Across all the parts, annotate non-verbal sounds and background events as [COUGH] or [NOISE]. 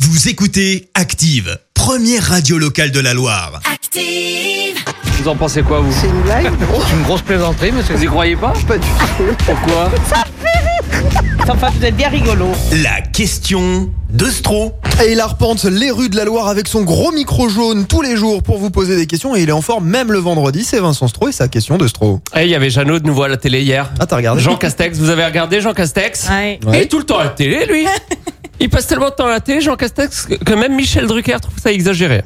Vous écoutez Active, première radio locale de la Loire. Active. Vous en pensez quoi, vous C'est une blague [LAUGHS] C'est une grosse plaisanterie, monsieur. Vous y croyez pas Pas du tout. Pourquoi Enfin, vous êtes bien rigolo. La question de Stro. Et il arpente les rues de la Loire avec son gros micro jaune tous les jours pour vous poser des questions. Et il est en forme même le vendredi. C'est Vincent Stroh et sa question de Stroh. Eh, il y avait Jeannot de nouveau à la télé hier. Ah, t'as regardé Jean Castex, vous avez regardé Jean Castex Ouais. Il est tout le temps à la télé, lui. Il passe tellement de temps à la télé, Jean Castex, que- que même Michel Drucker trouve ça exagéré.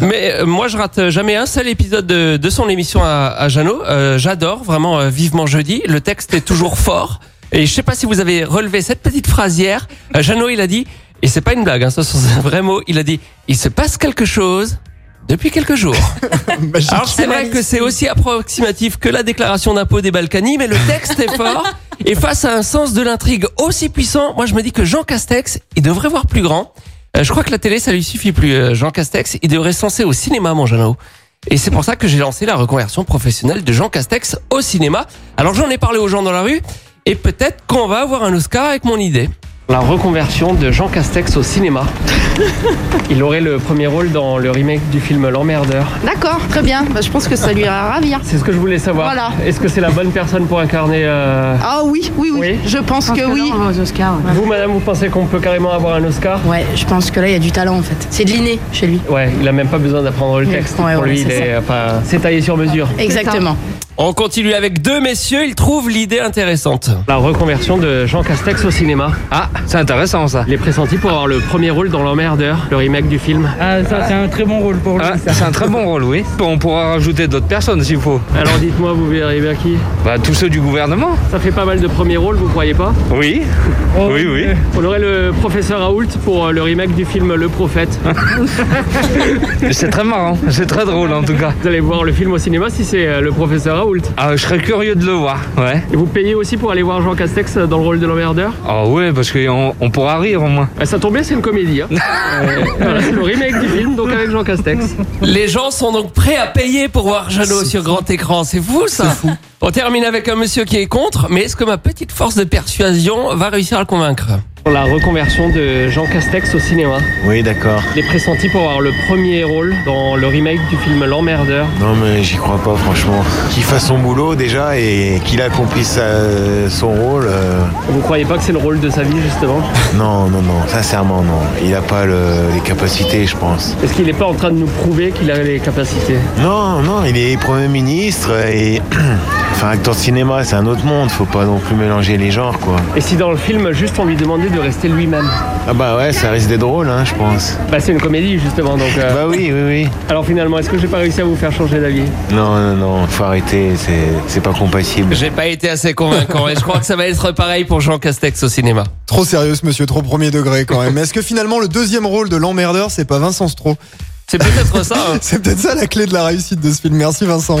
Mais euh, moi, je rate jamais un seul épisode de, de son émission à, à Jeannot. Euh, J'adore vraiment euh, vivement jeudi. Le texte est toujours fort. Et je sais pas si vous avez relevé cette petite phrase hier. Euh, Jeannot, il a dit, et c'est pas une blague, hein, ce sont un vrai mot, il a dit, il se passe quelque chose depuis quelques jours. [LAUGHS] Magique. Alors c'est vrai que c'est aussi approximatif que la déclaration d'impôt des Balkany, mais le texte est fort. Et face à un sens de l'intrigue aussi puissant, moi je me dis que Jean Castex, il devrait voir plus grand. Euh, je crois que la télé, ça lui suffit plus. euh, Jean Castex, il devrait se lancer au cinéma, mon Jeannot. Et c'est pour ça que j'ai lancé la reconversion professionnelle de Jean Castex au cinéma. Alors j'en ai parlé aux gens dans la rue, et peut-être qu'on va avoir un Oscar avec mon idée. La reconversion de Jean Castex au cinéma. Il aurait le premier rôle dans le remake du film L'Emmerdeur. D'accord, très bien. Bah, je pense que ça lui ira ravir. C'est ce que je voulais savoir. Voilà. Est-ce que c'est la bonne personne pour incarner euh, Ah oui, oui, oui. Oui. Je pense que, oui. Vous, madame, vous pensez qu'on peut carrément avoir un Oscar Ouais, je pense que là, il y a du talent en fait. C'est de l'inné chez lui. Ouais, il a même pas besoin d'apprendre le texte. ouais, pour ouais, lui, il c'est est, enfin, c'est taillé sur mesure. Exactement. On continue avec deux messieurs, ils trouvent l'idée intéressante. La reconversion de Jean Castex au cinéma. Ah, c'est intéressant, ça. Il est pressenti pour avoir le premier rôle dans L'Emmerdeur, le remake du film. Ah, ça, c'est un très bon rôle pour lui. Ah, c'est un très bon rôle, oui. On pourra rajouter d'autres personnes s'il faut. Alors dites-moi, vous verrez bien qui Bah, tous ceux du gouvernement. Ça fait pas mal de premiers rôles, vous croyez pas Oui. Oh, oui, oui. On aurait le professeur Raoult pour euh, le remake du film Le Prophète. C'est très marrant. C'est très drôle, en tout cas. Vous allez voir le film au cinéma si c'est euh, le professeur Raoult. Ah, je serais curieux de le voir, ouais. Et vous payez aussi pour aller voir Jean Castex dans le rôle de l'emmerdeur Oh, ouais, parce qu'on on pourra rire au moins. Eh, Ça tombe bien, c'est une comédie. [LAUGHS] Hein. Euh, voilà, c'est le remake du film, donc avec Jean Castex. Les gens sont donc prêts à payer pour voir Jeannot sur grand écran. C'est fou ça On termine avec un monsieur qui est contre, mais est-ce que ma petite force de persuasion va réussir à le convaincre La reconversion de Jean Castex au cinéma. Oui, d'accord. Il est pressenti pour avoir le premier rôle dans le remake du film L'Emmerdeur. Non, mais j'y crois pas, franchement. Qu'il fasse son boulot déjà et qu'il accomplisse sa- son rôle. euh, Vous croyez pas que c'est le rôle de sa vie justement Non, non, non, sincèrement, non. Il a pas le- les capacités, je pense. Est-ce qu'il n'est pas en train de nous prouver qu'il a les capacités Non, non, il est Premier ministre et. [CLEARS THROAT] Enfin, acteur de cinéma, c'est un autre monde. Faut pas non plus mélanger les genres, quoi. Et si dans le film, juste on lui demandait de rester lui-même Ah, bah ouais, ça risque d'être drôle, hein, je pense. Bah c'est une comédie justement, donc... euh, Bah oui, oui, oui. Alors finalement, est-ce que j'ai pas réussi à vous faire changer d'avis Non, non, non, faut arrêter, c'est c'est pas compatible. J'ai pas été assez convaincant et je crois que ça va être pareil pour Jean Castex au cinéma. Trop sérieux ce monsieur, trop premier degré quand [LAUGHS] même. Mais Est-ce que finalement le deuxième rôle de l'emmerdeur, c'est pas Vincent Stroh C'est peut-être ça. hein. C'est peut-être ça la clé de la réussite de ce film. Merci Vincent.